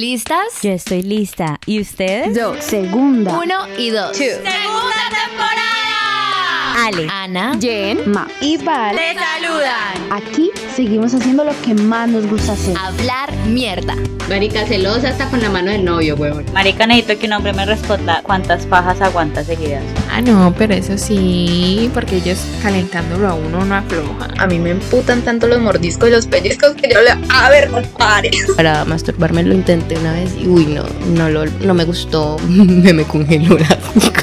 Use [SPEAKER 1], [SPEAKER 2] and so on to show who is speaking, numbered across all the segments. [SPEAKER 1] ¿Listas?
[SPEAKER 2] Yo estoy lista. ¿Y ustedes?
[SPEAKER 3] Yo, segunda.
[SPEAKER 1] Uno y dos.
[SPEAKER 4] ¡Segunda temporada!
[SPEAKER 2] Ale.
[SPEAKER 1] Ana.
[SPEAKER 3] Jen, Ma.
[SPEAKER 4] Y Val. ¡Te saludan!
[SPEAKER 3] Aquí seguimos haciendo lo que más nos gusta hacer.
[SPEAKER 1] Hablar mierda.
[SPEAKER 5] Marica celosa hasta con la mano del novio, huevón.
[SPEAKER 2] Marica, necesito que un hombre me responda cuántas pajas aguanta seguidas.
[SPEAKER 6] Ah, no, pero eso sí, porque ellos calentándolo a uno no afloja.
[SPEAKER 7] A mí me emputan tanto los mordiscos y los pellizcos que yo le a ver, compadre.
[SPEAKER 8] Para masturbarme lo intenté una vez y uy, no, no, lo, no me gustó. me me congeló la boca.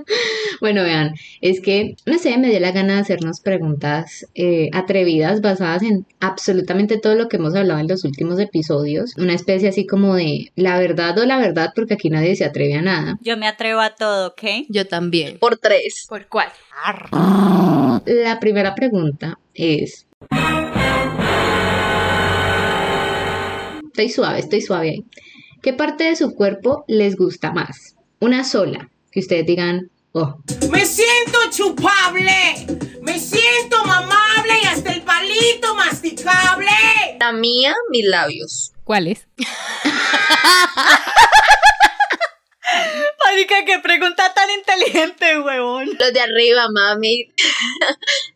[SPEAKER 5] bueno, vean, es que, no sé, me dio la gana de hacernos preguntas eh, atrevidas basadas en absolutamente todo lo que hemos hablado en los últimos episodios. Una especie así como de la verdad o la verdad, porque aquí nadie se atreve a nada.
[SPEAKER 2] Yo me atrevo a todo, ¿ok?
[SPEAKER 1] Yo también.
[SPEAKER 7] Por tres.
[SPEAKER 6] ¿Por cuál?
[SPEAKER 5] La primera pregunta es... Estoy suave, estoy suave ahí. ¿Qué parte de su cuerpo les gusta más? Una sola, que ustedes digan, oh,
[SPEAKER 9] Me siento chupable, me siento mamable y hasta el palito masticable.
[SPEAKER 7] La mía, mis labios.
[SPEAKER 6] ¿Cuáles?
[SPEAKER 2] Marica, qué pregunta tan inteligente, huevón.
[SPEAKER 7] Los de arriba, mami.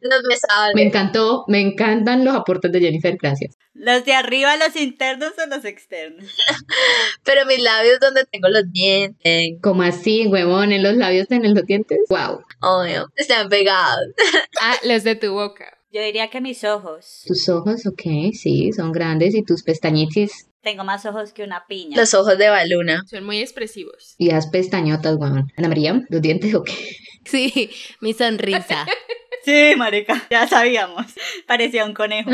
[SPEAKER 7] Los besados.
[SPEAKER 5] me encantó, me encantan los aportes de Jennifer, gracias.
[SPEAKER 2] ¿Los de arriba, los internos o los externos?
[SPEAKER 7] Pero mis labios donde tengo los dientes.
[SPEAKER 5] Como así, huevón, en los labios, en los dientes. Wow,
[SPEAKER 7] Obvio. Están pegados.
[SPEAKER 6] Ah, los de tu boca.
[SPEAKER 2] Yo diría que mis ojos.
[SPEAKER 5] tus ojos, ok, sí, son grandes y tus pestañitis
[SPEAKER 2] Tengo más ojos que una piña.
[SPEAKER 7] Los ojos de Baluna.
[SPEAKER 6] Son muy expresivos.
[SPEAKER 5] y las pestañotas, huevón. Ana María, los dientes, ok.
[SPEAKER 1] Sí, mi sonrisa.
[SPEAKER 2] Sí, marica, ya sabíamos. Parecía un conejo.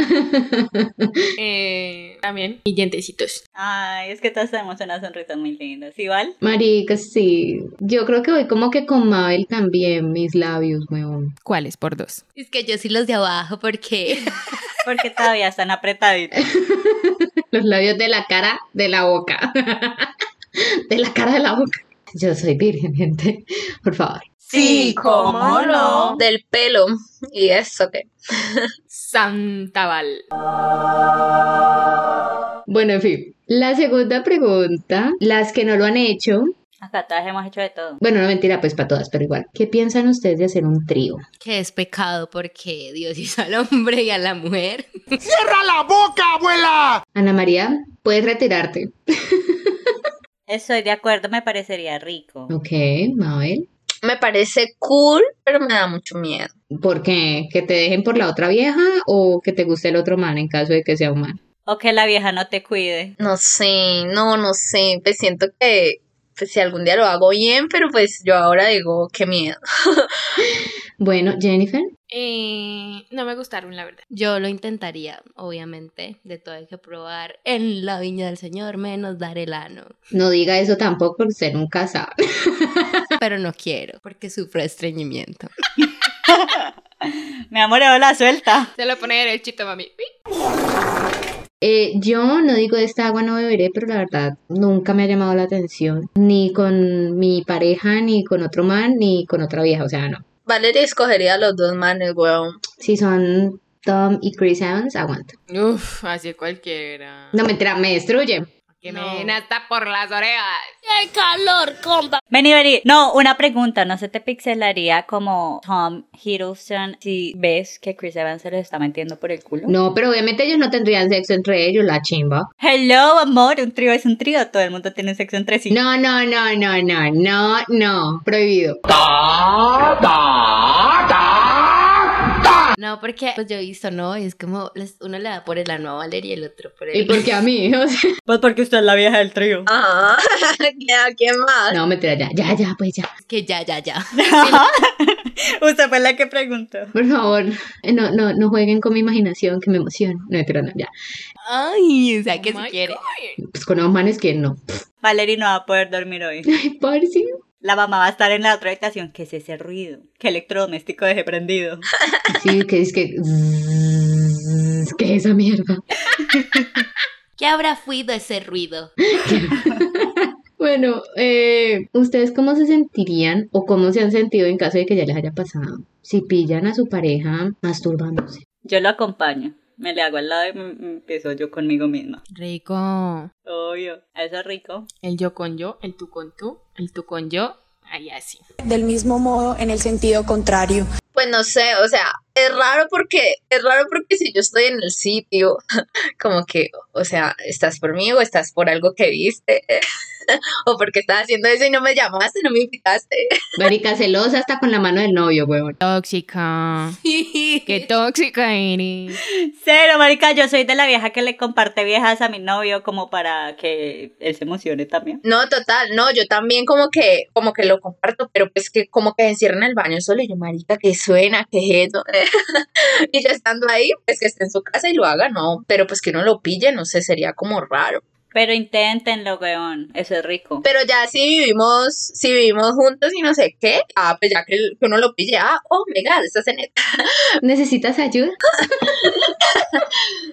[SPEAKER 6] Eh, también. Y dientecitos.
[SPEAKER 2] Ay, es que todos tenemos una sonrisa muy linda. ¿Sí, Val?
[SPEAKER 5] Marica, sí, yo creo que voy como que con Mabel también, mis labios, huevón.
[SPEAKER 6] ¿Cuáles? Por dos.
[SPEAKER 1] es que yo sí los de abajo porque
[SPEAKER 2] Porque todavía están apretaditos.
[SPEAKER 5] Los labios de la cara, de la boca. de la cara, de la boca. Yo soy virgen, gente, por favor.
[SPEAKER 9] Sí, cómo no.
[SPEAKER 7] Del pelo. Y eso que.
[SPEAKER 6] Santabal.
[SPEAKER 5] Bueno, en fin. La segunda pregunta, las que no lo han hecho,
[SPEAKER 2] Acá todas hemos hecho de todo.
[SPEAKER 5] bueno, no mentira, pues para todas, pero igual. ¿Qué piensan ustedes de hacer un trío?
[SPEAKER 1] que es pecado porque Dios hizo al hombre y a la mujer.
[SPEAKER 10] ¡Cierra la boca, abuela!
[SPEAKER 5] Ana María, puedes retirarte.
[SPEAKER 2] Estoy de acuerdo, me parecería rico.
[SPEAKER 5] Ok, Mabel.
[SPEAKER 7] Me parece cool, pero me da mucho miedo.
[SPEAKER 5] ¿Por qué? ¿Que te dejen por la otra vieja o que te guste el otro man en caso de que sea un man?
[SPEAKER 2] O que la vieja no te cuide.
[SPEAKER 7] No sé, no, no sé. Pues siento que pues, si algún día lo hago bien, pero pues yo ahora digo, qué miedo.
[SPEAKER 5] Bueno, Jennifer.
[SPEAKER 6] Eh, no me gustaron, la verdad.
[SPEAKER 1] Yo lo intentaría, obviamente. De todo hay que probar. En la viña del Señor, menos dar el ano.
[SPEAKER 5] No diga eso tampoco porque usted nunca sabe.
[SPEAKER 1] Pero no quiero, porque sufro estreñimiento.
[SPEAKER 2] Me ha morado la suelta.
[SPEAKER 6] Se lo pone derechito, mami.
[SPEAKER 5] Eh, yo no digo de esta agua no beberé, pero la verdad nunca me ha llamado la atención, ni con mi pareja, ni con otro man, ni con otra vieja, o sea, no.
[SPEAKER 7] Valeria escogería a los dos manes, weón.
[SPEAKER 5] Si son Tom y Chris Evans, aguanta.
[SPEAKER 6] Uf, así cualquiera.
[SPEAKER 5] No me entera, me destruye.
[SPEAKER 6] Que me den hasta por las orejas.
[SPEAKER 4] ¡Qué calor, compa!
[SPEAKER 2] Vení, vení. No, una pregunta. ¿No se te pixelaría como Tom Hiddleston si ves que Chris Evans se le está metiendo por el culo?
[SPEAKER 5] No, pero obviamente ellos no tendrían sexo entre ellos, la chimba.
[SPEAKER 2] Hello, amor. Un trío es un trío. Todo el mundo tiene sexo entre sí.
[SPEAKER 5] No, no, no, no, no, no, no. Prohibido.
[SPEAKER 10] Ta, ta, ta, ta.
[SPEAKER 1] No, porque pues yo he visto, ¿no? Y es como les- uno le da por el ano a Valeria y el otro por el...
[SPEAKER 5] ¿Y por qué a mí? O sea,
[SPEAKER 2] Pues porque usted es la vieja del trío.
[SPEAKER 7] Ah, ¿a quién más?
[SPEAKER 5] no, me entera, ya, ya, ya, pues ya.
[SPEAKER 1] Que ya, ya, ya.
[SPEAKER 2] Ah, usted fue la que preguntó.
[SPEAKER 5] Por favor, eh, no, no, no jueguen con mi imaginación, que me emociono. No, me entera, no, ya.
[SPEAKER 1] Ay, o sea, que
[SPEAKER 6] Oh
[SPEAKER 1] si
[SPEAKER 6] my
[SPEAKER 1] quiere.
[SPEAKER 5] Pues con los manes que no.
[SPEAKER 2] Valerie no va a poder dormir hoy.
[SPEAKER 5] Ay, pobrecito.
[SPEAKER 2] La mamá va a estar en la otra habitación. ¿Qué es ese ruido? ¿Qué electrodoméstico dejé prendido?
[SPEAKER 5] Sí, que es que... ¿Qué es esa mierda?
[SPEAKER 1] ¿Qué habrá sido ese ruido?
[SPEAKER 5] Bueno, eh, ¿ustedes cómo se sentirían o cómo se han sentido en caso de que ya les haya pasado? Si pillan a su pareja masturbándose.
[SPEAKER 2] Yo lo acompaño. Me le hago al lado y m- m- empiezo yo conmigo misma.
[SPEAKER 6] Rico.
[SPEAKER 2] Obvio. Eso es rico.
[SPEAKER 6] El yo con yo, el tú con tú, el tú con yo, ahí así.
[SPEAKER 11] Del mismo modo, en el sentido contrario.
[SPEAKER 7] Pues no sé, o sea, es raro porque, es raro porque si yo estoy en el sitio, como que, o sea, estás por mí o estás por algo que viste, o porque estás haciendo eso y no me llamaste, no me invitaste.
[SPEAKER 5] Marica celosa hasta con la mano del novio, huevón.
[SPEAKER 6] Tóxica. Qué tóxica eres.
[SPEAKER 2] Cero, marica. Yo soy de la vieja que le comparte viejas a mi novio como para que él se emocione también.
[SPEAKER 7] No, total, no, yo también como que, como que lo comparto, pero pues que como que se encierra en el baño solo y yo, marica, que suena, que es eso. y ya estando ahí, pues que esté en su casa y lo haga, no, pero pues que no lo pille, no sé, sería como raro.
[SPEAKER 2] Pero inténtenlo, weón. Eso es rico.
[SPEAKER 7] Pero ya si vivimos, si vivimos juntos y no sé qué, ah, pues ya que, que uno lo pille, ah, oh my god, estás en esta.
[SPEAKER 5] ¿Necesitas ayuda?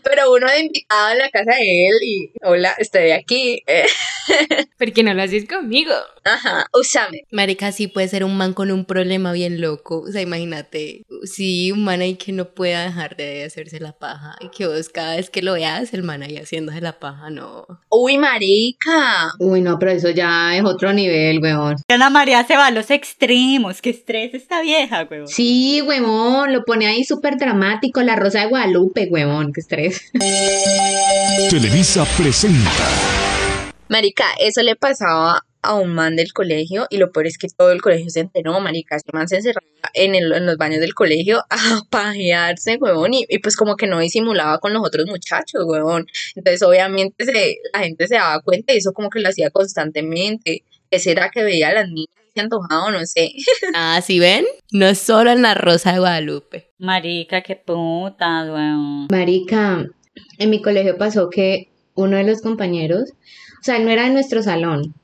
[SPEAKER 7] Pero uno de invitado en la casa de él y hola, estoy aquí. eh,
[SPEAKER 6] ¿Por qué no lo haces conmigo?
[SPEAKER 7] ajá, úsame.
[SPEAKER 1] Marica, sí puede ser un man con un problema bien loco. O sea, imagínate, sí, un man ahí que no pueda dejar de hacerse la paja. Y que vos cada vez que lo veas, el man ahí haciéndose la paja, no.
[SPEAKER 7] Uy, marica.
[SPEAKER 5] Uy, no, pero eso ya es otro nivel, huevón.
[SPEAKER 2] Ana María se va a los extremos. Qué estrés esta vieja, weón.
[SPEAKER 5] Sí, huevón, lo pone ahí súper dramático, la Rosa de Guadalupe, huevón, qué estrés.
[SPEAKER 10] Televisa presenta.
[SPEAKER 7] Marica, eso le pasaba a un man del colegio y lo peor es que todo el colegio se enteró, marica, ese man se encerraba en, el- en los baños del colegio a pajearse, huevón, y, y pues como que no disimulaba con los otros muchachos, huevón. Entonces obviamente se, la gente se daba cuenta y eso como que lo hacía constantemente. ¿Qué será que veía a las niñas y se antojaba o no sé?
[SPEAKER 1] Ah, ¿sí ven? No es solo en la Rosa de Guadalupe.
[SPEAKER 2] Marica, qué puta, weón.
[SPEAKER 5] Marica, en mi colegio pasó que uno de los compañeros, o sea, él no era de nuestro salón,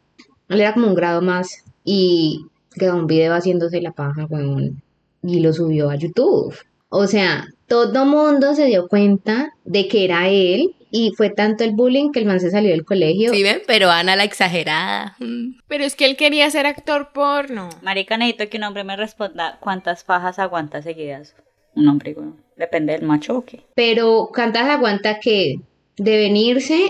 [SPEAKER 5] él era como un grado más y grabó un video haciéndose la paja, huevón, y lo subió a YouTube. O sea, todo mundo se dio cuenta de que era él y fue tanto el bullying que el man se salió del colegio.
[SPEAKER 1] ¿Sí ven? Pero Ana la exagerada. Mm.
[SPEAKER 6] Pero es que él quería ser actor porno.
[SPEAKER 2] Marica, necesito que un hombre me responda cuántas pajas aguanta seguidas. Un hombre, weón. Depende del macho o qué.
[SPEAKER 5] Pero ¿cuántas aguanta que de venirse,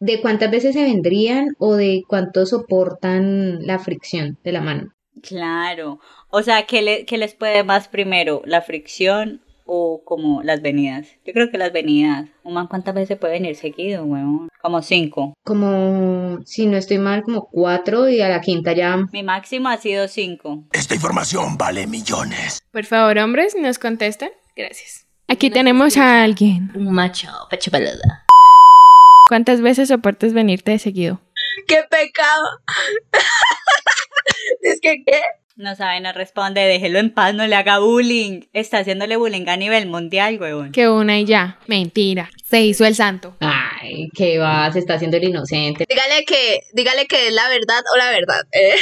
[SPEAKER 5] de cuántas veces se vendrían o de cuánto soportan la fricción de la mano?
[SPEAKER 2] Claro. O sea, ¿qué, le- qué les puede más primero? ¿La fricción o como las venidas? Yo creo que las venidas. Un man, ¿cuántas veces puede venir seguido, weón? Como cinco.
[SPEAKER 5] Como, si no estoy mal, como cuatro y a la quinta ya.
[SPEAKER 2] Mi máximo ha sido cinco.
[SPEAKER 10] Esta información vale millones.
[SPEAKER 6] Por favor, hombres, nos contestan. Gracias. Aquí tenemos a alguien.
[SPEAKER 1] Un macho, pecho peluda.
[SPEAKER 6] ¿Cuántas veces soportas venirte de seguido?
[SPEAKER 7] ¡Qué pecado! es que, ¿qué?
[SPEAKER 2] No sabe, no responde. Déjelo en paz, no le haga bullying. Está haciéndole bullying a nivel mundial, weón.
[SPEAKER 6] Que una y ya. Mentira. Se hizo el santo.
[SPEAKER 5] Ay, que va, se está haciendo el inocente.
[SPEAKER 7] Dígale que, dígale que es la verdad o la verdad. eh.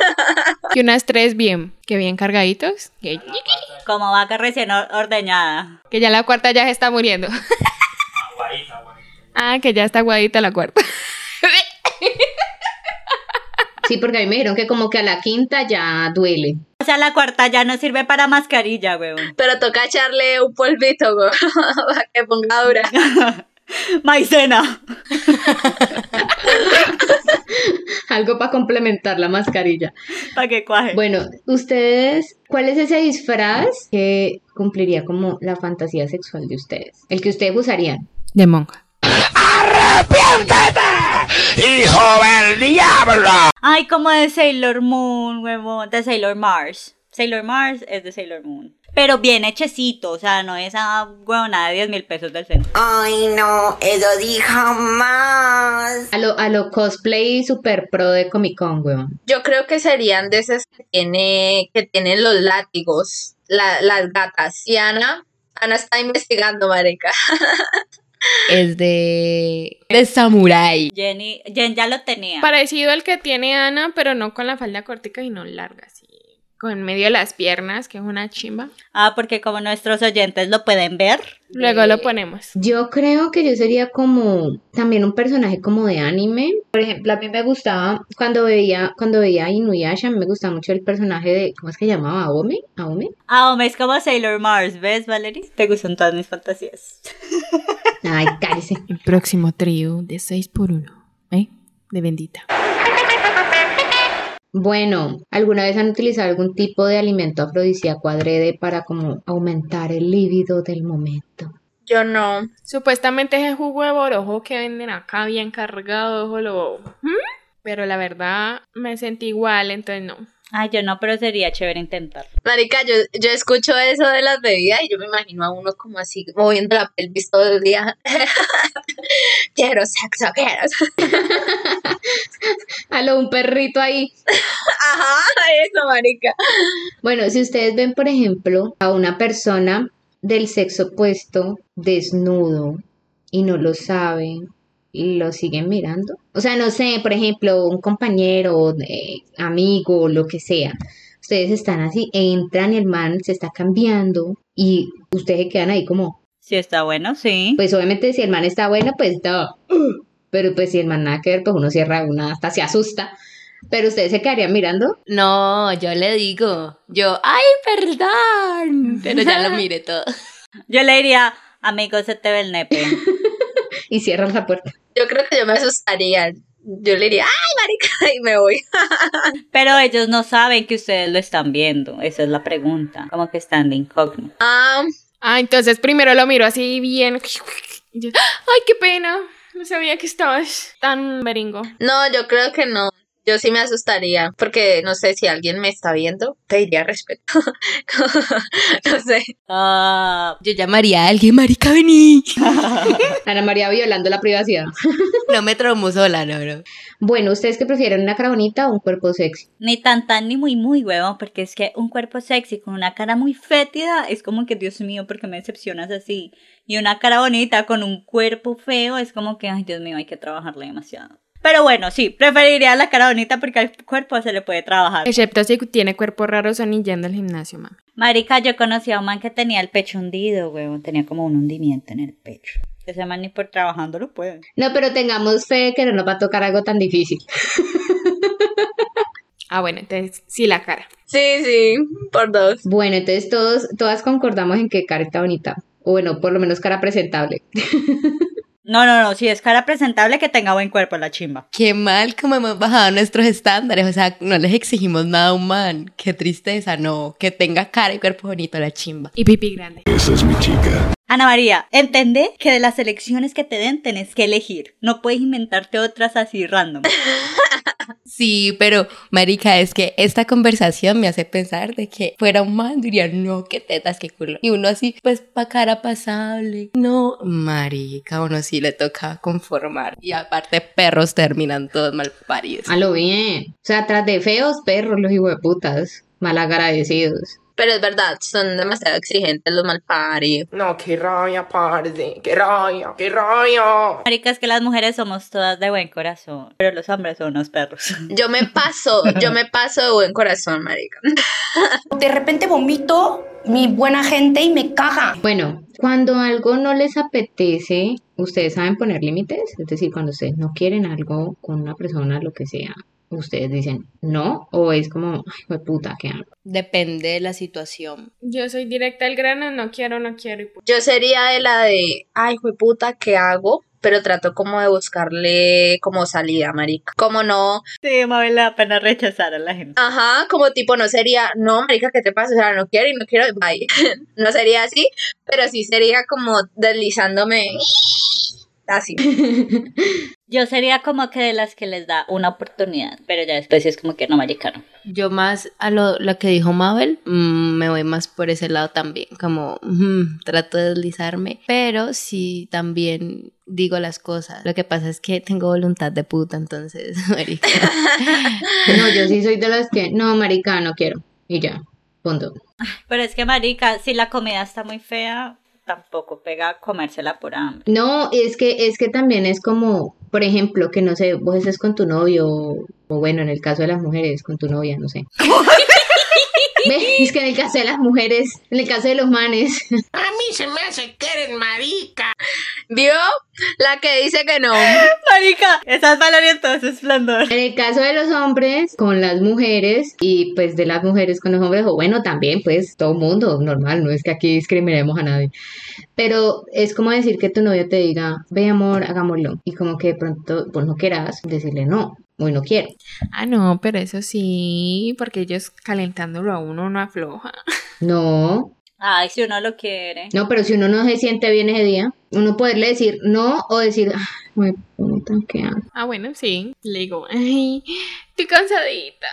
[SPEAKER 6] Y unas tres bien. Que bien cargaditos. Que,
[SPEAKER 2] Como vaca recién or- ordeñada.
[SPEAKER 6] que ya la cuarta ya se está muriendo. Ah, que ya está aguadita la cuarta.
[SPEAKER 5] Sí, porque a mí me dijeron que como que a la quinta ya duele.
[SPEAKER 2] O sea, la cuarta ya no sirve para mascarilla, weón.
[SPEAKER 7] Pero toca echarle un polvito, weón, para que ponga dura.
[SPEAKER 2] Maicena.
[SPEAKER 5] Algo para complementar la mascarilla.
[SPEAKER 2] Para que cuaje.
[SPEAKER 5] Bueno, ustedes, ¿cuál es ese disfraz que cumpliría como la fantasía sexual de ustedes? El que ustedes usarían.
[SPEAKER 6] De monja.
[SPEAKER 10] ¡Arrepiéntete! ¡Hijo del diablo!
[SPEAKER 2] Ay, como de Sailor Moon, huevón. De Sailor Mars. Sailor Mars es de Sailor Moon. Pero bien hechecito, o sea, no esa huevonada de 10 mil pesos del centro.
[SPEAKER 12] Ay, no, eso dije jamás.
[SPEAKER 5] A lo, a lo cosplay super pro de Comic Con, weón.
[SPEAKER 7] Yo creo que serían de esas que, tiene, que tienen los látigos, la- las gatas. Y Ana, Ana está investigando, marica.
[SPEAKER 1] Es de. de Samurai.
[SPEAKER 2] Jenny, Jen ya lo tenía.
[SPEAKER 6] Parecido al que tiene Ana, pero no con la falda cortica y no larga, así. Con medio de las piernas, que es una chimba.
[SPEAKER 2] Ah, porque como nuestros oyentes lo pueden ver.
[SPEAKER 6] Luego lo ponemos.
[SPEAKER 5] Yo creo que yo sería como también un personaje como de anime. Por ejemplo, a mí me gustaba cuando veía cuando veía Inuyasha, a mí me gustaba mucho el personaje de ¿cómo es que llamaba? Aome, Aome.
[SPEAKER 2] Ah, hombre, es como Sailor Mars, ¿ves, Valerie? Te gustan todas mis fantasías.
[SPEAKER 5] Ay, cállese.
[SPEAKER 6] El próximo trío de 6 por 1 ¿Eh? De bendita.
[SPEAKER 5] Bueno, ¿alguna vez han utilizado algún tipo de alimento afrodisíaco adrede para como aumentar el líbido del momento?
[SPEAKER 7] Yo no.
[SPEAKER 6] Supuestamente es el jugo de borojo que venden acá bien cargado, ojo lo- ¿Mm? Pero la verdad me sentí igual, entonces no.
[SPEAKER 2] Ay, yo no, pero sería chévere intentar.
[SPEAKER 7] Marica, yo, yo escucho eso de las bebidas y yo me imagino a uno como así, moviendo la pelvis todo el día. quiero sexo, quiero sexo.
[SPEAKER 5] Aló, un perrito ahí.
[SPEAKER 7] Ajá, eso, marica.
[SPEAKER 5] Bueno, si ustedes ven, por ejemplo, a una persona del sexo opuesto desnudo y no lo saben y lo siguen mirando, o sea, no sé, por ejemplo, un compañero, eh, amigo, lo que sea, ustedes están así, entran y el man se está cambiando y ustedes se quedan ahí como,
[SPEAKER 2] Si está bueno, sí.
[SPEAKER 5] pues obviamente si el man está bueno, pues no, uh, pero pues si el man nada que ver, pues uno cierra una, hasta se asusta, pero ustedes se quedarían mirando.
[SPEAKER 1] No, yo le digo. Yo, ¡ay, perdón! Pero ya lo miré todo.
[SPEAKER 2] Yo le diría, amigo, se te ve el nepe.
[SPEAKER 5] Y cierras la puerta.
[SPEAKER 7] Yo creo que yo me asustaría. Yo le diría, ay, marica, y me voy.
[SPEAKER 2] Pero ellos no saben que ustedes lo están viendo. Esa es la pregunta. Como que están de incógnito.
[SPEAKER 7] Ah,
[SPEAKER 6] Ah, entonces primero lo miro así bien. Y yo, Ay, qué pena. No sabía que estabas tan meringo.
[SPEAKER 7] no, yo creo que no. Yo sí me asustaría, porque no sé si alguien me está viendo, pediría respeto. no sé.
[SPEAKER 2] Ah,
[SPEAKER 1] Yo llamaría a alguien, marica, vení.
[SPEAKER 5] Ana María violando la privacidad.
[SPEAKER 1] No me traumó sola, no, bro.
[SPEAKER 5] Bueno, ¿ustedes qué prefieren, una cara bonita o un cuerpo sexy?
[SPEAKER 2] ni tan tan ni muy muy, huevón. Porque es que un cuerpo sexy con una cara muy fétida es como que, Dios mío, porque me decepcionas así? Y una cara bonita con un cuerpo feo es como que, ay, Dios mío, hay que trabajarle demasiado. Pero bueno, sí, preferiría la cara bonita porque al cuerpo se le puede trabajar.
[SPEAKER 6] Excepto si tiene cuerpo raro sonillando al gimnasio, mami.
[SPEAKER 2] Marica, yo conocí a un man que tenía el pecho hundido, huevón. Tenía como un hundimiento en el pecho. Ese man ni por trabajando lo puede.
[SPEAKER 5] No, pero tengamos fe que no nos va a tocar algo tan difícil.
[SPEAKER 6] Ah, bueno, entonces sí la cara.
[SPEAKER 7] Sí, sí, por dos.
[SPEAKER 5] Bueno, entonces todos, todas concordamos en que cara está bonita. O bueno, por lo menos cara presentable.
[SPEAKER 2] No, no, no, si es cara presentable que tenga buen cuerpo la chimba.
[SPEAKER 1] Qué mal como hemos bajado nuestros estándares. O sea, no les exigimos nada a un man. Qué tristeza, no. Que tenga cara y cuerpo bonito, la chimba.
[SPEAKER 6] Y pipí grande.
[SPEAKER 10] Esa es mi chica.
[SPEAKER 2] Ana María, entendé que de las elecciones que te den tenés que elegir. No puedes inventarte otras así random.
[SPEAKER 1] Sí, pero, marica, es que esta conversación me hace pensar de que fuera un man, diría, no, qué tetas, qué culo. Y uno así, pues, pa' cara pasable. No, marica, uno sí le toca conformar. Y aparte, perros terminan todos mal paridos.
[SPEAKER 5] A lo bien. O sea, tras de feos, perros, los hijueputas. Malagradecidos.
[SPEAKER 7] Pero es verdad, son demasiado exigentes los malparidos.
[SPEAKER 9] No, qué rabia, parce. Qué rabia, qué rabia.
[SPEAKER 2] Marica, es que las mujeres somos todas de buen corazón, pero los hombres son unos perros.
[SPEAKER 7] Yo me paso, yo me paso de buen corazón, marica.
[SPEAKER 11] De repente vomito
[SPEAKER 13] mi buena gente y me caga.
[SPEAKER 5] Bueno, cuando algo no les apetece, ustedes saben poner límites, es decir, cuando ustedes no quieren algo con una persona, lo que sea, ustedes dicen no o es como, ay, pues puta, ¿qué hago?
[SPEAKER 1] Depende de la situación.
[SPEAKER 6] Yo soy directa al grano, no quiero, no quiero. Y...
[SPEAKER 7] Yo sería de la de, ay, pues puta, ¿qué hago? pero trato como de buscarle como salida, marica. Como no.
[SPEAKER 2] Sí, me vale la pena rechazar a la gente.
[SPEAKER 7] Ajá, como tipo no sería, no, marica, ¿qué te pasa? O sea, no quiero y no quiero, bye. no sería así, pero sí sería como deslizándome así.
[SPEAKER 2] Yo sería como que de las que les da una oportunidad, pero ya después es como que no, marica, no.
[SPEAKER 1] Yo más a lo, lo que dijo Mabel, mmm, me voy más por ese lado también, como mm, trato de deslizarme, pero sí también digo las cosas. Lo que pasa es que tengo voluntad de puta, entonces, marica.
[SPEAKER 5] no, yo sí soy de las que, no, marica, no quiero. Y ya, punto.
[SPEAKER 2] Pero es que, marica, si la comida está muy fea, tampoco pega comérsela por hambre.
[SPEAKER 5] No, es que, es que también es como, por ejemplo, que no sé, vos estés con tu novio, o bueno, en el caso de las mujeres, con tu novia, no sé. ¿Ves? Es que en el caso de las mujeres, en el caso de los manes.
[SPEAKER 9] A mí se me hace que eres marica.
[SPEAKER 7] ¿Vio? La que dice que no.
[SPEAKER 2] Marica, estás valorando en todo esplendor.
[SPEAKER 5] En el caso de los hombres, con las mujeres, y pues de las mujeres con los hombres, o bueno, también, pues todo mundo, normal, no es que aquí discriminemos a nadie. Pero es como decir que tu novio te diga, ve amor, hagámoslo. Y como que de pronto vos no quieras decirle no, Hoy no quiero.
[SPEAKER 6] Ah, no, pero eso sí, porque ellos calentándolo a uno no afloja.
[SPEAKER 5] No.
[SPEAKER 2] Ay, si uno lo quiere.
[SPEAKER 5] No, pero si uno no se siente bien ese día, uno poderle decir no o decir, ay, puta, ¿qué hago?
[SPEAKER 6] Ah, bueno, sí. Le digo, ay, estoy cansadita.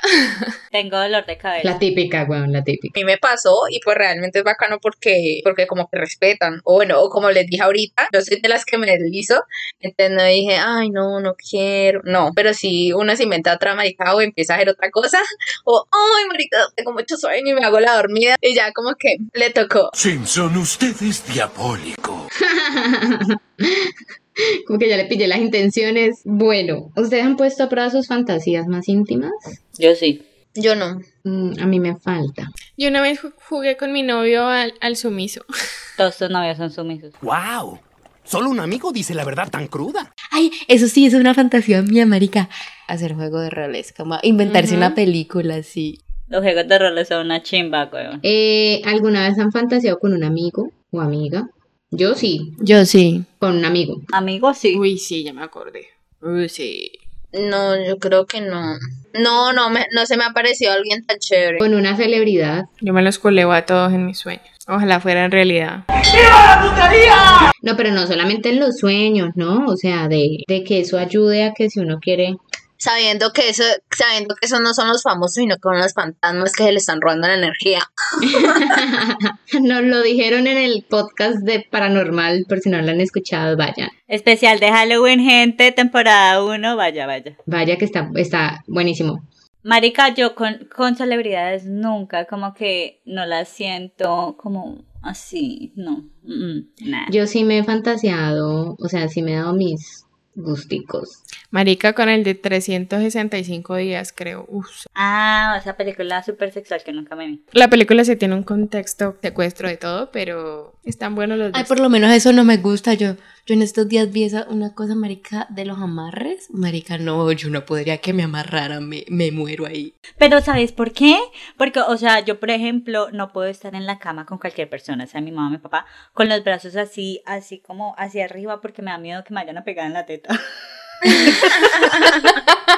[SPEAKER 2] Tengo dolor de cabeza.
[SPEAKER 5] La típica, weón, bueno, la típica.
[SPEAKER 7] A mí me pasó y pues realmente es bacano porque, porque como que respetan. O bueno, o como les dije ahorita, yo soy de las que me deslizo. Entonces no dije, ay, no, no quiero. No, pero si uno se inventa otra marica o empieza a hacer otra cosa, o, ay, marica, tengo mucho sueño y me hago la dormida. Y ya como que le tocó.
[SPEAKER 10] Simpson, usted es diabólico.
[SPEAKER 5] Como que ya le pillé las intenciones. Bueno, ¿ustedes han puesto a prueba sus fantasías más íntimas?
[SPEAKER 2] Yo sí.
[SPEAKER 7] Yo no.
[SPEAKER 5] Mm, a mí me falta.
[SPEAKER 6] Yo una vez jugué con mi novio al, al sumiso.
[SPEAKER 2] Todos tus novios son sumisos.
[SPEAKER 10] ¡Wow! Solo un amigo dice la verdad tan cruda.
[SPEAKER 1] Ay, eso sí, es una fantasía mía, marica. Hacer juego de roles, como inventarse uh -huh. una película así.
[SPEAKER 2] Los juegos de roles son una chimba, weón.
[SPEAKER 5] Eh, ¿Alguna vez han fantaseado con un amigo o amiga? Yo sí.
[SPEAKER 1] Yo sí.
[SPEAKER 5] Con un amigo.
[SPEAKER 2] Amigo sí.
[SPEAKER 6] Uy, sí, ya me acordé. Uy, sí.
[SPEAKER 7] No, yo creo que no. No, no, me, no se me ha parecido alguien tan chévere.
[SPEAKER 5] Con una celebridad.
[SPEAKER 6] Yo me los coleo a todos en mis sueños. Ojalá fuera en realidad.
[SPEAKER 9] ¡Viva la putería!
[SPEAKER 5] No, pero no solamente en los sueños, ¿no? O sea, de, de que eso ayude a que si uno quiere
[SPEAKER 7] sabiendo que eso, sabiendo que eso no son los famosos, sino que son los fantasmas que se le están robando la energía.
[SPEAKER 5] Nos lo dijeron en el podcast de Paranormal, por si no lo han escuchado, vayan.
[SPEAKER 2] Especial de Halloween, gente, temporada 1, vaya, vaya.
[SPEAKER 5] Vaya que está, está buenísimo.
[SPEAKER 2] Marica, yo con, con celebridades nunca, como que no las siento como así, no. Mm, nah.
[SPEAKER 5] Yo sí me he fantaseado, o sea, sí me he dado mis gusticos.
[SPEAKER 6] Marica con el de 365 días, creo. Uf.
[SPEAKER 2] Ah, esa película súper sexual que nunca me vi.
[SPEAKER 6] La película sí tiene un contexto secuestro de todo, pero están buenos los
[SPEAKER 1] Ay, dos. por lo menos eso no me gusta. Yo, yo en estos días vi esa, una cosa, marica, de los amarres. Marica, no, yo no podría que me amarraran, me, me muero ahí.
[SPEAKER 2] Pero ¿sabes por qué? Porque, o sea, yo, por ejemplo, no puedo estar en la cama con cualquier persona, o sea mi mamá, mi papá, con los brazos así, así como hacia arriba, porque me da miedo que me vayan a pegar en la teta.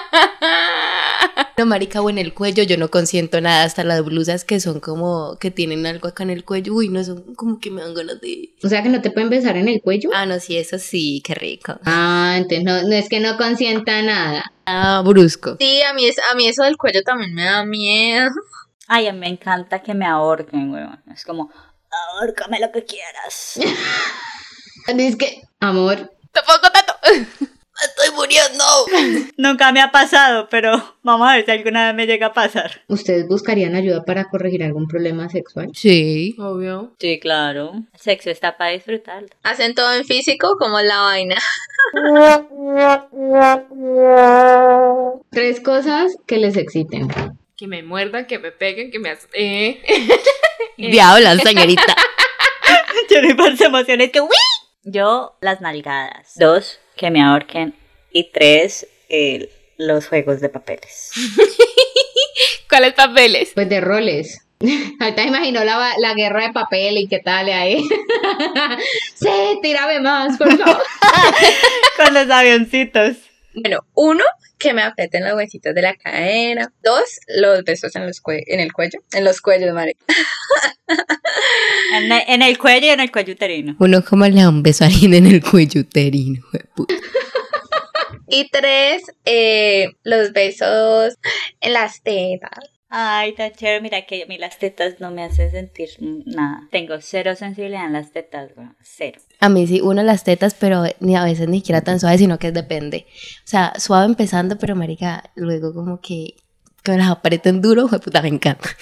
[SPEAKER 1] No, marica, o en el cuello, yo no consiento nada, hasta las blusas que son como, que tienen algo acá en el cuello, uy, no, son como que me dan ganas de...
[SPEAKER 5] O sea, que no te pueden besar en el cuello.
[SPEAKER 1] Ah, no, sí, eso sí, qué rico.
[SPEAKER 5] Ah, entonces no, no es que no consienta nada.
[SPEAKER 1] Ah, brusco.
[SPEAKER 7] Sí, a mí, es, a mí eso del cuello también me da miedo.
[SPEAKER 2] Ay, a mí me encanta que me ahorquen, weón. Es como, ahorcame lo que quieras.
[SPEAKER 5] es que, amor.
[SPEAKER 6] Tampoco tanto.
[SPEAKER 12] estoy muriendo.
[SPEAKER 2] Nunca me ha pasado, pero vamos a ver si alguna vez me llega a pasar.
[SPEAKER 5] ¿Ustedes buscarían ayuda para corregir algún problema sexual?
[SPEAKER 1] Sí,
[SPEAKER 6] obvio.
[SPEAKER 2] Sí, claro. El sexo está para disfrutar.
[SPEAKER 7] Hacen todo en físico como la vaina.
[SPEAKER 5] Tres cosas que les exciten.
[SPEAKER 6] Que me muerdan, que me peguen, que me... Eh.
[SPEAKER 1] Eh. Diabla, señorita.
[SPEAKER 2] Yo no parece emociones que ¡uy! Yo, las nalgadas. Dos, que me ahorquen. Y tres, el- los juegos de papeles.
[SPEAKER 6] ¿Cuáles papeles?
[SPEAKER 5] Pues de roles. Ahorita me imagino la, la guerra de papel y qué tal ahí. sí, tírame más, por favor.
[SPEAKER 2] Con los avioncitos.
[SPEAKER 7] Bueno, uno, que me aprieten los huesitos de la cadera. Dos, los besos en, los cue- en el cuello. En los cuellos, Mari.
[SPEAKER 2] En, el- en el cuello y en el cuello uterino.
[SPEAKER 1] Uno como le da un beso a alguien en el cuello uterino. jueputa.
[SPEAKER 7] Y tres, eh, los besos en las tetas.
[SPEAKER 2] Ay, tan chévere, mira que a mí las tetas no me hacen sentir nada. Tengo cero sensibilidad en las tetas, weón, cero.
[SPEAKER 8] A mí sí, uno las tetas, pero ni a veces ni siquiera tan suave, sino que depende. O sea, suave empezando, pero marica, luego como que, que me las aprieten duro, pues puta, me encanta.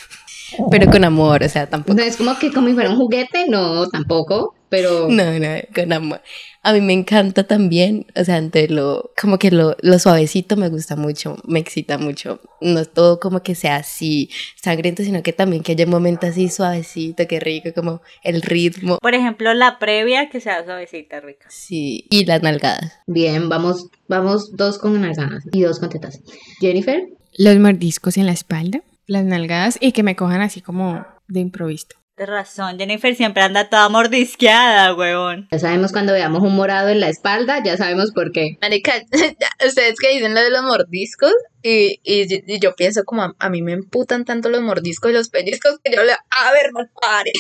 [SPEAKER 8] Pero con amor, o sea, tampoco.
[SPEAKER 5] No es como que como si fuera un juguete, no, tampoco. Pero
[SPEAKER 1] No, no, con amor. A mí me encanta también, o sea, entre lo, como que lo, lo suavecito me gusta mucho, me excita mucho. No es todo como que sea así sangriento, sino que también que haya un momento así suavecito, que rico, como el ritmo.
[SPEAKER 2] Por ejemplo, la previa que sea suavecita, rica.
[SPEAKER 1] Sí, y las nalgadas.
[SPEAKER 5] bien, vamos, vamos dos con nalgadas y dos con tetas. Jennifer,
[SPEAKER 6] Los mordiscos en la espalda, las nalgadas y que me cojan así como de improviso.
[SPEAKER 2] De razón, Jennifer siempre anda toda mordisqueada, huevón.
[SPEAKER 5] ya sabemos cuando veamos un morado en la espalda, ya sabemos por qué.
[SPEAKER 7] Marica, ustedes que dicen lo de los mordiscos. Y, y yo- y yo pienso como a, a mí me emputan tanto los mordiscos y los pellizcos que yo le... A ver, no pare.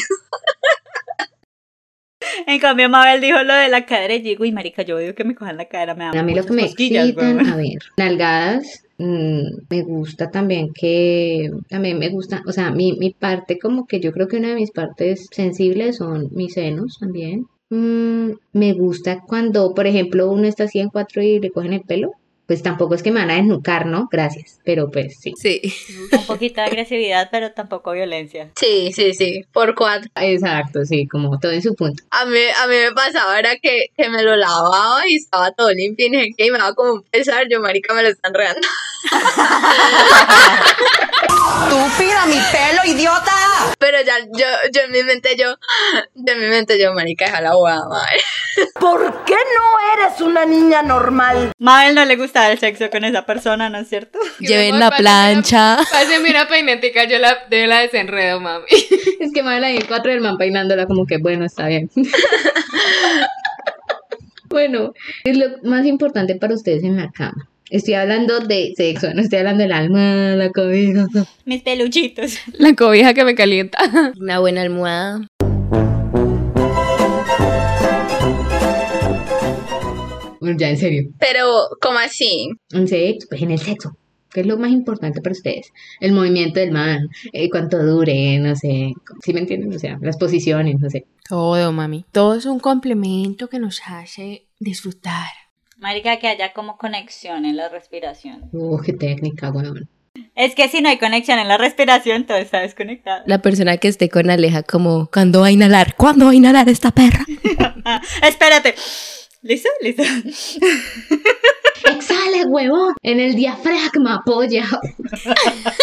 [SPEAKER 2] En cambio, Mabel dijo lo de la cadera y yo digo, uy, marica, yo odio que me cojan la cadera, me da
[SPEAKER 5] A mí lo que me excitan, a ver, nalgadas, mm, me gusta también que, a mí me gusta, o sea, mi, mi parte como que yo creo que una de mis partes sensibles son mis senos también. Mm, me gusta cuando, por ejemplo, uno está así en cuatro y le cogen el pelo, pues tampoco es que me van a desnucar, ¿no? Gracias, pero pues sí.
[SPEAKER 1] Sí.
[SPEAKER 2] Un poquito de agresividad, pero tampoco violencia.
[SPEAKER 7] Sí, sí, sí, por cuatro.
[SPEAKER 5] Exacto, sí, como todo en su punto.
[SPEAKER 7] A mí, a mí me pasaba era que, que me lo lavaba y estaba todo limpio y ni sé qué, y me daba como un pesar, yo marica me lo están regando.
[SPEAKER 12] ¡Estúpida, mi pelo, idiota!
[SPEAKER 7] Pero ya, yo, yo en mi mente yo, de mi mente yo, marica, deja la bobada, madre.
[SPEAKER 12] ¿Por qué no eres una niña normal?
[SPEAKER 2] Mabel no le gustaba el sexo con esa persona, ¿no es cierto?
[SPEAKER 1] Lleven la plancha.
[SPEAKER 6] Pásenme una peinetica, yo la, yo la desenredo, mami.
[SPEAKER 5] Es que me van a ir cuatro del man peinándola como que bueno, está bien. bueno, ¿qué es lo más importante para ustedes en la cama. Estoy hablando de sexo, no estoy hablando del alma, la cobija.
[SPEAKER 2] Mis peluchitos.
[SPEAKER 6] La cobija que me calienta.
[SPEAKER 8] Una buena almohada.
[SPEAKER 5] Bueno, ya en serio.
[SPEAKER 7] Pero, ¿cómo así?
[SPEAKER 5] En sexo, pues en el sexo. ¿Qué es lo más importante para ustedes? El movimiento del man, eh, cuánto dure, no sé. ¿Sí me entienden? O sea, las posiciones, no sé.
[SPEAKER 6] Todo, mami. Todo es un complemento que nos hace disfrutar.
[SPEAKER 2] Marica, que haya como conexión en la respiración.
[SPEAKER 5] Oh, qué técnica, weón.
[SPEAKER 2] Es que si no hay conexión en la respiración, todo está desconectado.
[SPEAKER 1] La persona que esté con Aleja como, ¿cuándo va a inhalar? ¿Cuándo va a inhalar esta perra?
[SPEAKER 2] Ah, espérate. ¿Listo? ¿Listo?
[SPEAKER 5] ¡Exhala, huevón! En el diafragma, apoya.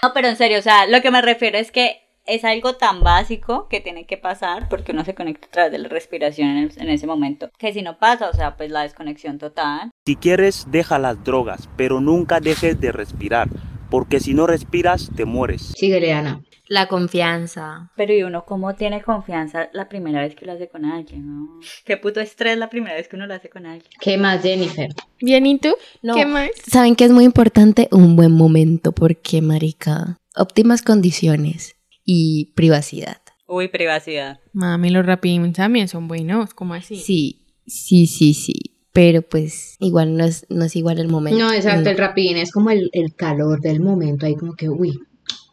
[SPEAKER 2] No, pero en serio, o sea, lo que me refiero es que es algo tan básico que tiene que pasar porque uno se conecta a través de la respiración en, el- en ese momento. Que si no pasa, o sea, pues la desconexión total.
[SPEAKER 14] Si quieres, deja las drogas, pero nunca dejes de respirar, porque si no respiras, te mueres.
[SPEAKER 5] Síguele, Ana.
[SPEAKER 8] La confianza.
[SPEAKER 2] Pero y uno cómo tiene confianza la primera vez que lo hace con alguien, ¿no? Qué puto estrés la primera vez que uno lo hace con alguien.
[SPEAKER 5] ¿Qué más, Jennifer?
[SPEAKER 6] Bien, ¿y tú?
[SPEAKER 8] No.
[SPEAKER 6] ¿Qué más?
[SPEAKER 8] ¿Saben qué es muy importante? Un buen momento, porque, marica, óptimas condiciones y privacidad.
[SPEAKER 2] Uy, privacidad.
[SPEAKER 6] Mami, los rapidín también son buenos, ¿cómo así?
[SPEAKER 8] Sí, sí, sí, sí. Pero pues igual no es, no es igual el momento.
[SPEAKER 5] No, exacto,
[SPEAKER 8] No.
[SPEAKER 5] el rapidín es como el, el calor del momento, ahí como que, uy,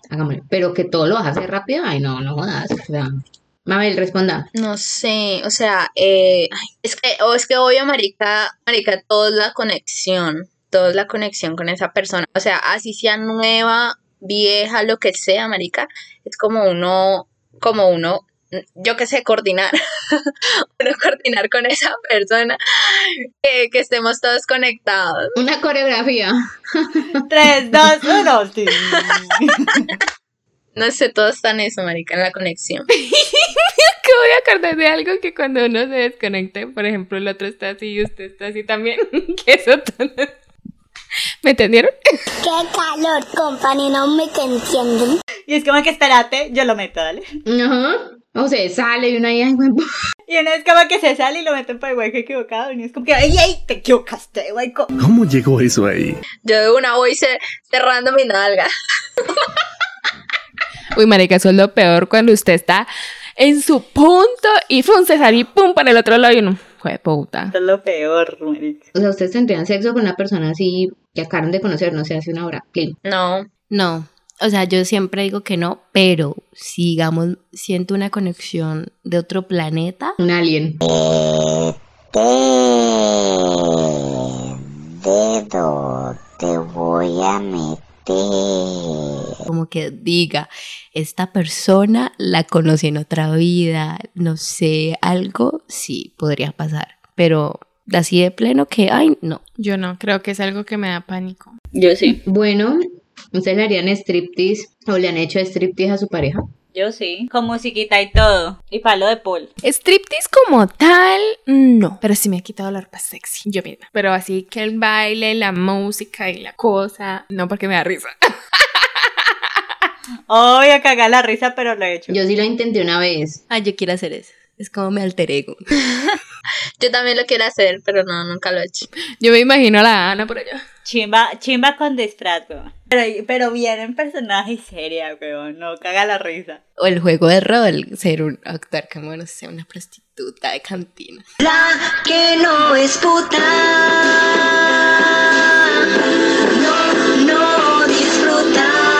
[SPEAKER 5] hagámoslo. Pero que todo lo vas a hacer rápido, ay, no, no jodas. o sea. Mabel, responda.
[SPEAKER 7] No sé, o sea, eh, ay, es que, o es que obvio, marica, marica, todo es la conexión, todo es la conexión con esa persona. O sea, así sea nueva, vieja, lo que sea, marica, es como uno, como uno, yo qué sé, coordinar, uno coordinar con esa persona, eh, que estemos todos conectados.
[SPEAKER 5] Una coreografía.
[SPEAKER 2] Tres, dos, uno. Sí.
[SPEAKER 7] No sé, todo está en eso, marica, en la conexión.
[SPEAKER 6] que voy a acordar de algo que cuando uno se desconecta, por ejemplo, el otro está así y usted está así también. que eso tan- ¿Me entendieron?
[SPEAKER 11] ¡Qué calor, compa! Ni no me que entienden.
[SPEAKER 2] Y es como que espérate, yo lo meto, dale.
[SPEAKER 5] Ajá. O se sale y una ahí, ay, güey,
[SPEAKER 2] Y una es como que se sale y lo meten para el hueco equivocado. Y es como que, ¡ay, ay! Te equivocaste, hueco.
[SPEAKER 14] ¿Cómo llegó eso ahí?
[SPEAKER 7] Yo de una voy ce- cerrando mi nalga.
[SPEAKER 6] Uy, marica, eso es lo peor cuando usted está en su punto y fun, se sale y pum para el otro lado y uno, "Jue puta.
[SPEAKER 2] Esto es lo peor, marica.
[SPEAKER 5] O sea, ustedes tendrían sexo con una persona así que acaban de conocer, no sé, hace una hora. Plin.
[SPEAKER 7] No.
[SPEAKER 1] No. O sea, yo siempre digo que no, pero si, digamos, siento una conexión de otro planeta.
[SPEAKER 5] Un alien.
[SPEAKER 15] Dedo, te voy a meter.
[SPEAKER 1] Como que diga, esta persona la conocí en otra vida, no sé, algo, sí, podría pasar. Pero así de pleno que, ay, no.
[SPEAKER 6] Yo no, creo que es algo que me da pánico.
[SPEAKER 2] Yo sí.
[SPEAKER 5] Bueno, ¿ustedes le harían striptease o le han hecho striptease a su pareja?
[SPEAKER 2] Yo sí. Con musiquita y todo. Y palo de pol.
[SPEAKER 6] Striptease como tal, no. Pero sí me ha quitado la ropa sexy, yo misma. Pero así que el baile, la música y la cosa, no porque me da risa.
[SPEAKER 2] Ay, a cagar la risa, pero lo he hecho.
[SPEAKER 5] Yo sí lo intenté una vez.
[SPEAKER 1] Ay, Ah, yo quiero hacer eso. Es como me alter ego.
[SPEAKER 7] Yo también lo quiero hacer, pero no, nunca lo he hecho.
[SPEAKER 6] Yo me imagino a la Ana por allá.
[SPEAKER 2] Chimba, chimba con disfraz, weón. Pero, pero bien en personaje seria, weón. No caga la risa.
[SPEAKER 1] O el juego de rol, ser un, actuar como, no sé, una prostituta de cantina.
[SPEAKER 15] La que no es puta. No, no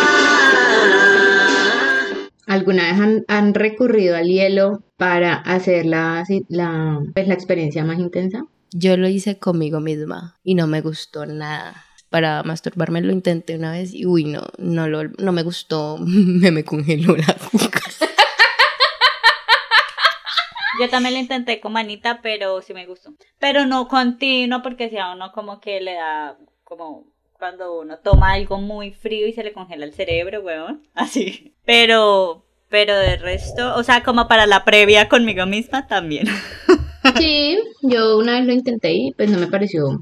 [SPEAKER 15] disfruta.
[SPEAKER 5] ¿Alguna vez han, han recurrido al hielo para hacer la, así- la, pues, la experiencia más intensa?
[SPEAKER 1] Yo lo hice conmigo misma y no me gustó nada. Para masturbarme lo intenté una vez y uy, no, no, lo, no me gustó, me, me congeló la boca.
[SPEAKER 2] Yo también lo intenté con manita, pero sí me gustó. Pero no continuo, porque si a uno como que le da, como cuando uno toma algo muy frío y se le congela el cerebro, weón. Así. Pero, pero de resto, o sea, como para la previa conmigo misma también.
[SPEAKER 5] Sí, yo una vez lo intenté y pues no me pareció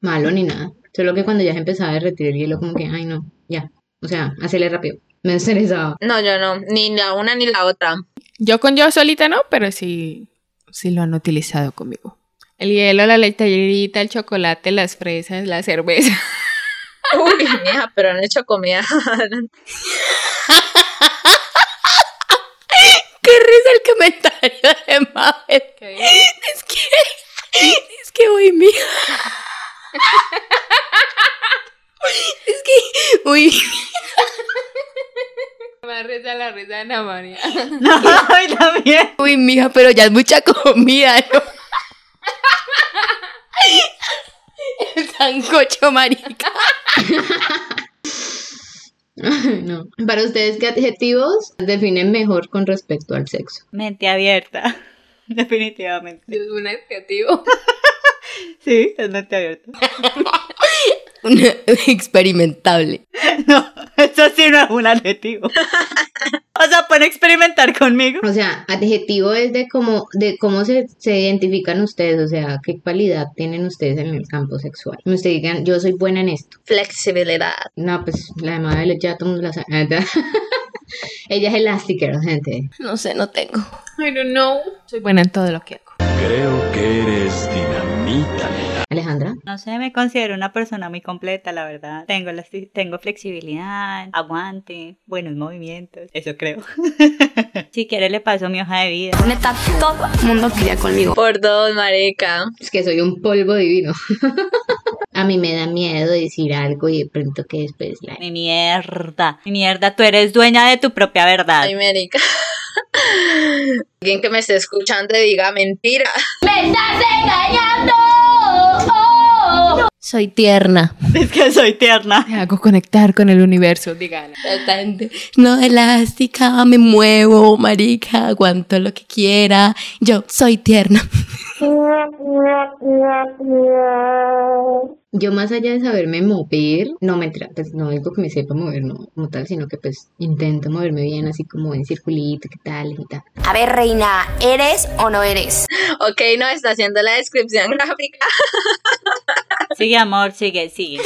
[SPEAKER 5] malo ni nada. Solo que cuando ya se empezaba a derretir el hielo, como que, ay no, ya. O sea, hacerle rápido. Me estresaba.
[SPEAKER 7] No, yo no. Ni la una ni la otra.
[SPEAKER 6] Yo con yo solita no, pero sí, sí lo han utilizado conmigo. El hielo, la lecherita, el chocolate, las fresas, la cerveza.
[SPEAKER 7] Uy, mija, pero han hecho comida.
[SPEAKER 1] ¡Qué risa el comentario de Mabel! Es que, es que uy, mija. Es que, uy,
[SPEAKER 6] Me risa la risa de Ana María.
[SPEAKER 2] Ay, también.
[SPEAKER 1] uy, mija, pero ya es mucha comida, ¿no? El sancocho, marica.
[SPEAKER 5] no. Para ustedes, ¿qué adjetivos definen mejor con respecto al sexo?
[SPEAKER 2] Mente abierta. Definitivamente.
[SPEAKER 6] Es un adjetivo.
[SPEAKER 2] Sí, es mente abierta.
[SPEAKER 1] Una- experimentable.
[SPEAKER 2] No, eso sí no es un adjetivo. O sea, pueden experimentar conmigo.
[SPEAKER 5] O sea, adjetivo es de cómo, de cómo se, se identifican ustedes, o sea, qué cualidad tienen ustedes en el campo sexual. Que Ustedes digan, yo soy buena en esto.
[SPEAKER 7] Flexibilidad.
[SPEAKER 5] No, pues la de Mabel ya todo el mundo la sabe. Ella es elástica, gente.
[SPEAKER 1] No sé, no tengo.
[SPEAKER 6] I don't know. Soy buena en todo lo que hago.
[SPEAKER 14] Creo que eres dinamita.
[SPEAKER 5] Alejandra.
[SPEAKER 2] No sé, me considero una persona muy completa, la verdad. Tengo, elasti- tengo flexibilidad, aguante, buenos movimientos, eso creo. si quieres le paso mi hoja de vida.
[SPEAKER 16] Neta, todo el mundo quería conmigo.
[SPEAKER 7] Por dos, marica.
[SPEAKER 5] Es que soy un polvo divino. A mí me da miedo decir algo y de pronto que después la...
[SPEAKER 2] Mi mierda, mi mierda, tú eres dueña de tu propia verdad.
[SPEAKER 7] Ay, marica. Alguien que me esté escuchando y diga mentira.
[SPEAKER 11] ¡Me estás engañando! Oh, oh.
[SPEAKER 1] Soy tierna.
[SPEAKER 2] Es que soy tierna.
[SPEAKER 6] Te hago conectar con el universo, diga Ana.
[SPEAKER 1] Tanta gente, No, elástica, me muevo, marica, aguanto lo que quiera. Yo soy tierna.
[SPEAKER 5] Yo más allá de saberme mover, no me tra- pues no digo que me sepa mover, no, como tal, sino que pues intento moverme bien, así como en circulito, qué tal, y tal.
[SPEAKER 13] A ver, reina, ¿eres o no eres?
[SPEAKER 7] Ok, no, está haciendo la descripción gráfica.
[SPEAKER 2] Sigue, amor, sigue, sigue.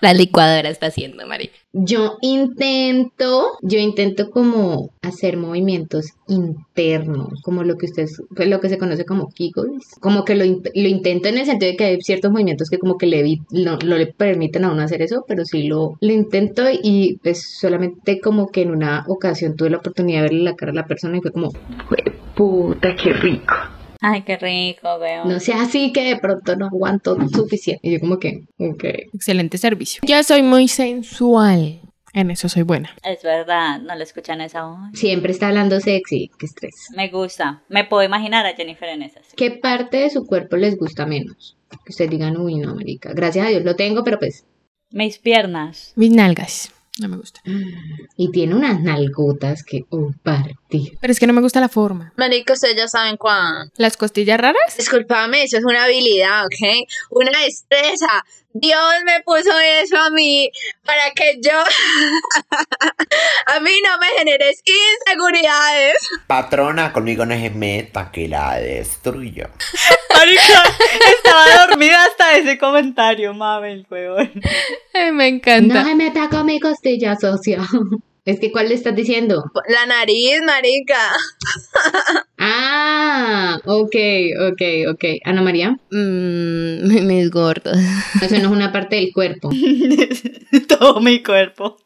[SPEAKER 1] La licuadora está haciendo, marica.
[SPEAKER 5] Yo intento, yo intento como hacer movimientos internos, como lo que ustedes, pues, lo que se conoce como giggles, como que lo, in- lo intento en el sentido de que hay ciertos movimientos que como que le evi- no, no le permiten a uno hacer eso, pero sí lo, lo intento y pues solamente como que en una ocasión tuve la oportunidad de verle la cara a la persona y fue como, "Jue- puta, qué rico.
[SPEAKER 2] Ay, qué rico, weón.
[SPEAKER 5] No sea así que de pronto no aguanto suficiente. Y yo como que, ok.
[SPEAKER 6] Excelente servicio. Yo soy muy sensual. En eso soy buena.
[SPEAKER 2] Es verdad, no lo escuchan esa voz.
[SPEAKER 5] Siempre está hablando sexy, qué estrés.
[SPEAKER 2] Me gusta. Me puedo imaginar a Jennifer en esas.
[SPEAKER 5] ¿Qué parte de su cuerpo les gusta menos? Que ustedes digan, uy, no, marica. Gracias a Dios lo tengo, pero pues.
[SPEAKER 2] Mis piernas.
[SPEAKER 6] Mis nalgas. No me gusta.
[SPEAKER 5] Y tiene unas nalgotas que oh, un partido.
[SPEAKER 6] Pero es que no me gusta la forma.
[SPEAKER 7] Marica, ustedes ya saben cuán.
[SPEAKER 6] ¿Las costillas raras?
[SPEAKER 7] Disculpame, eso es una habilidad, ¿ok? Una destreza. Dios me puso eso a mí para que yo. a mí no me generes inseguridades.
[SPEAKER 17] Patrona, conmigo no es meta que la destruyo.
[SPEAKER 2] Marica, estaba dormida hasta ese comentario, mame, el huevón.
[SPEAKER 6] Ay, me
[SPEAKER 5] No
[SPEAKER 6] encanta.
[SPEAKER 5] se meta con mi costilla, socio. Es que, ¿cuál le estás diciendo?
[SPEAKER 7] La nariz, marica.
[SPEAKER 5] Ah, ok, ok, ok. Ana María.
[SPEAKER 1] Mm, mis gordos.
[SPEAKER 5] Eso no es una parte del cuerpo.
[SPEAKER 2] Todo mi cuerpo.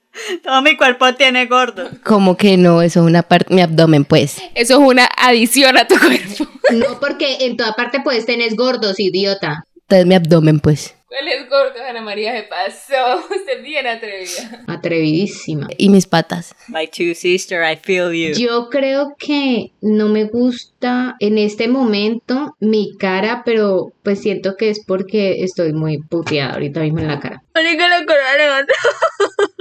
[SPEAKER 2] Todo mi cuerpo tiene gordo.
[SPEAKER 1] Como que no, eso es una parte, mi abdomen, pues.
[SPEAKER 6] Eso es una adición a tu cuerpo.
[SPEAKER 5] No, porque en toda parte puedes tener gordos, idiota.
[SPEAKER 1] Entonces mi abdomen, pues.
[SPEAKER 6] ¿Cuál es gordo, Ana María? Se pasó. Usted bien atrevida.
[SPEAKER 5] Atrevidísima.
[SPEAKER 1] Y mis patas.
[SPEAKER 2] My two sister, I feel you.
[SPEAKER 5] Yo creo que no me gusta en este momento mi cara, pero pues siento que es porque estoy muy puteada ahorita mismo en la cara.
[SPEAKER 7] Marica, lo curaron.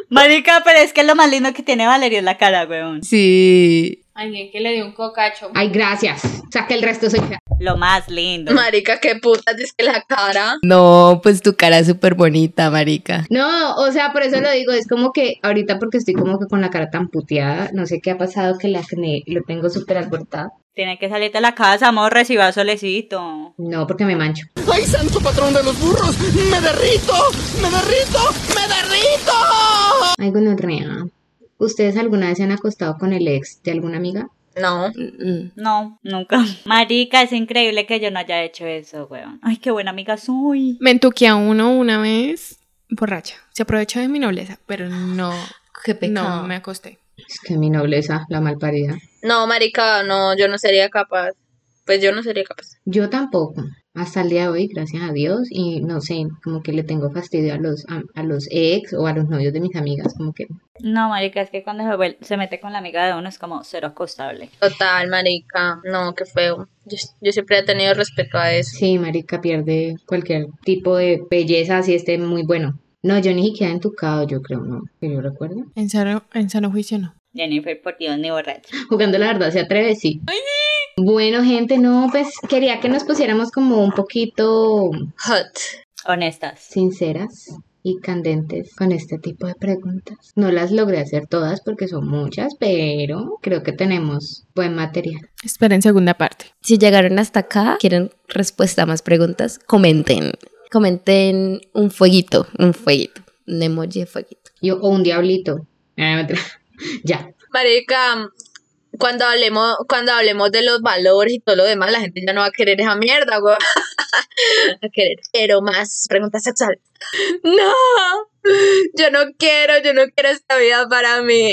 [SPEAKER 2] Marica, pero es que lo más lindo que tiene Valeria es la cara, weón.
[SPEAKER 1] Sí.
[SPEAKER 6] Alguien que le dio un cocacho.
[SPEAKER 5] Ay, gracias. Saca el resto, soy fea.
[SPEAKER 2] Lo más lindo.
[SPEAKER 7] Marica, qué puta, dice que la cara.
[SPEAKER 1] No, pues tu cara es súper bonita, marica.
[SPEAKER 5] No, o sea, por eso lo digo, es como que ahorita porque estoy como que con la cara tan puteada, no sé qué ha pasado que el acné lo tengo súper alborotado.
[SPEAKER 2] Tiene que salirte de la casa, amor, reciba solecito.
[SPEAKER 5] No, porque me mancho.
[SPEAKER 9] ¡Ay, santo patrón de los burros! ¡Me derrito! ¡Me derrito! ¡Me derrito!
[SPEAKER 5] Ay, gonorrea. ¿Ustedes alguna vez se han acostado con el ex de alguna amiga?
[SPEAKER 7] No.
[SPEAKER 2] No, nunca. Marica, es increíble que yo no haya hecho eso, weón. Ay, qué buena amiga soy.
[SPEAKER 6] Me entuqué a uno una vez borracha. Se aprovechó de mi nobleza, pero no.
[SPEAKER 1] Qué
[SPEAKER 6] No, me acosté.
[SPEAKER 5] Es que mi nobleza, la malparida.
[SPEAKER 7] No, marica, no, yo no sería capaz. Pues yo no sería capaz.
[SPEAKER 5] Yo tampoco. Hasta el día de hoy, gracias a Dios, y no sé, como que le tengo fastidio a los, a, a los ex o a los novios de mis amigas, como que
[SPEAKER 2] No, marica, es que cuando se, vuel- se mete con la amiga de uno es como cero acostable.
[SPEAKER 7] Total, marica. No, qué feo. Yo, yo siempre he tenido respeto a eso.
[SPEAKER 5] sí, marica, pierde cualquier tipo de belleza si esté muy bueno. No, yo ni siquiera entucado, yo creo, no, que yo recuerdo.
[SPEAKER 6] En sano, en sano juicio no.
[SPEAKER 2] Jennifer, por Dios, ni borracha.
[SPEAKER 5] Jugando la verdad, se atreve, sí. Bueno, gente, no, pues quería que nos pusiéramos como un poquito
[SPEAKER 7] Hot.
[SPEAKER 2] Honestas.
[SPEAKER 5] sinceras y candentes con este tipo de preguntas. No las logré hacer todas porque son muchas, pero creo que tenemos buen material.
[SPEAKER 6] Esperen segunda parte.
[SPEAKER 1] Si llegaron hasta acá, quieren respuesta a más preguntas, comenten. Comenten un fueguito, un fueguito, un emoji de fueguito.
[SPEAKER 5] Yo, o un diablito. Ah, mentira. ya.
[SPEAKER 7] Marica, cuando hablemos, cuando hablemos de los valores y todo lo demás, la gente ya no va a querer esa mierda, güey. Va a querer. Pero más pregunta sexual. No, yo no quiero, yo no quiero esta vida para mí.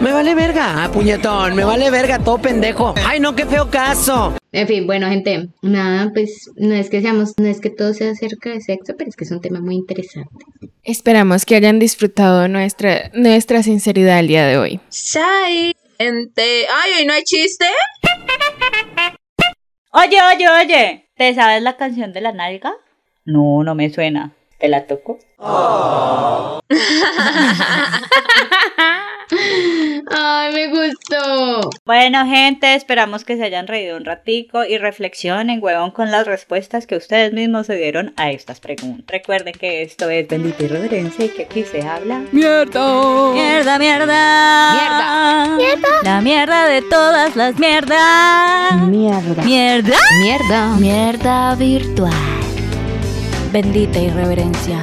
[SPEAKER 9] Me vale verga, ah, puñetón. Me vale verga, todo pendejo. ¡Ay, no, qué feo caso!
[SPEAKER 5] En fin, bueno, gente, nada, pues no es que seamos, no es que todo sea acerca de sexo, pero es que es un tema muy interesante.
[SPEAKER 6] Esperamos que hayan disfrutado nuestra, nuestra sinceridad el día de hoy.
[SPEAKER 7] Sai, ente- Ay, hoy no hay chiste.
[SPEAKER 2] Oye, oye, oye. ¿Te sabes la canción de la nalga? No, no me suena. ¿Te la toco?
[SPEAKER 5] Ay, me gustó.
[SPEAKER 2] Bueno, gente, esperamos que se hayan reído un ratico y reflexionen, huevón, con las respuestas que ustedes mismos se dieron a estas preguntas. Recuerden que esto es Bendita Irreverencia y que aquí se habla...
[SPEAKER 6] ¡Mierda!
[SPEAKER 2] ¡Mierda, mierda! ¡Mierda! ¡Mierda! La mierda de todas las mierdas.
[SPEAKER 3] Mierda.
[SPEAKER 2] ¡Mierda!
[SPEAKER 8] Mierda.
[SPEAKER 13] Mierda virtual.
[SPEAKER 18] Bendita irreverencia.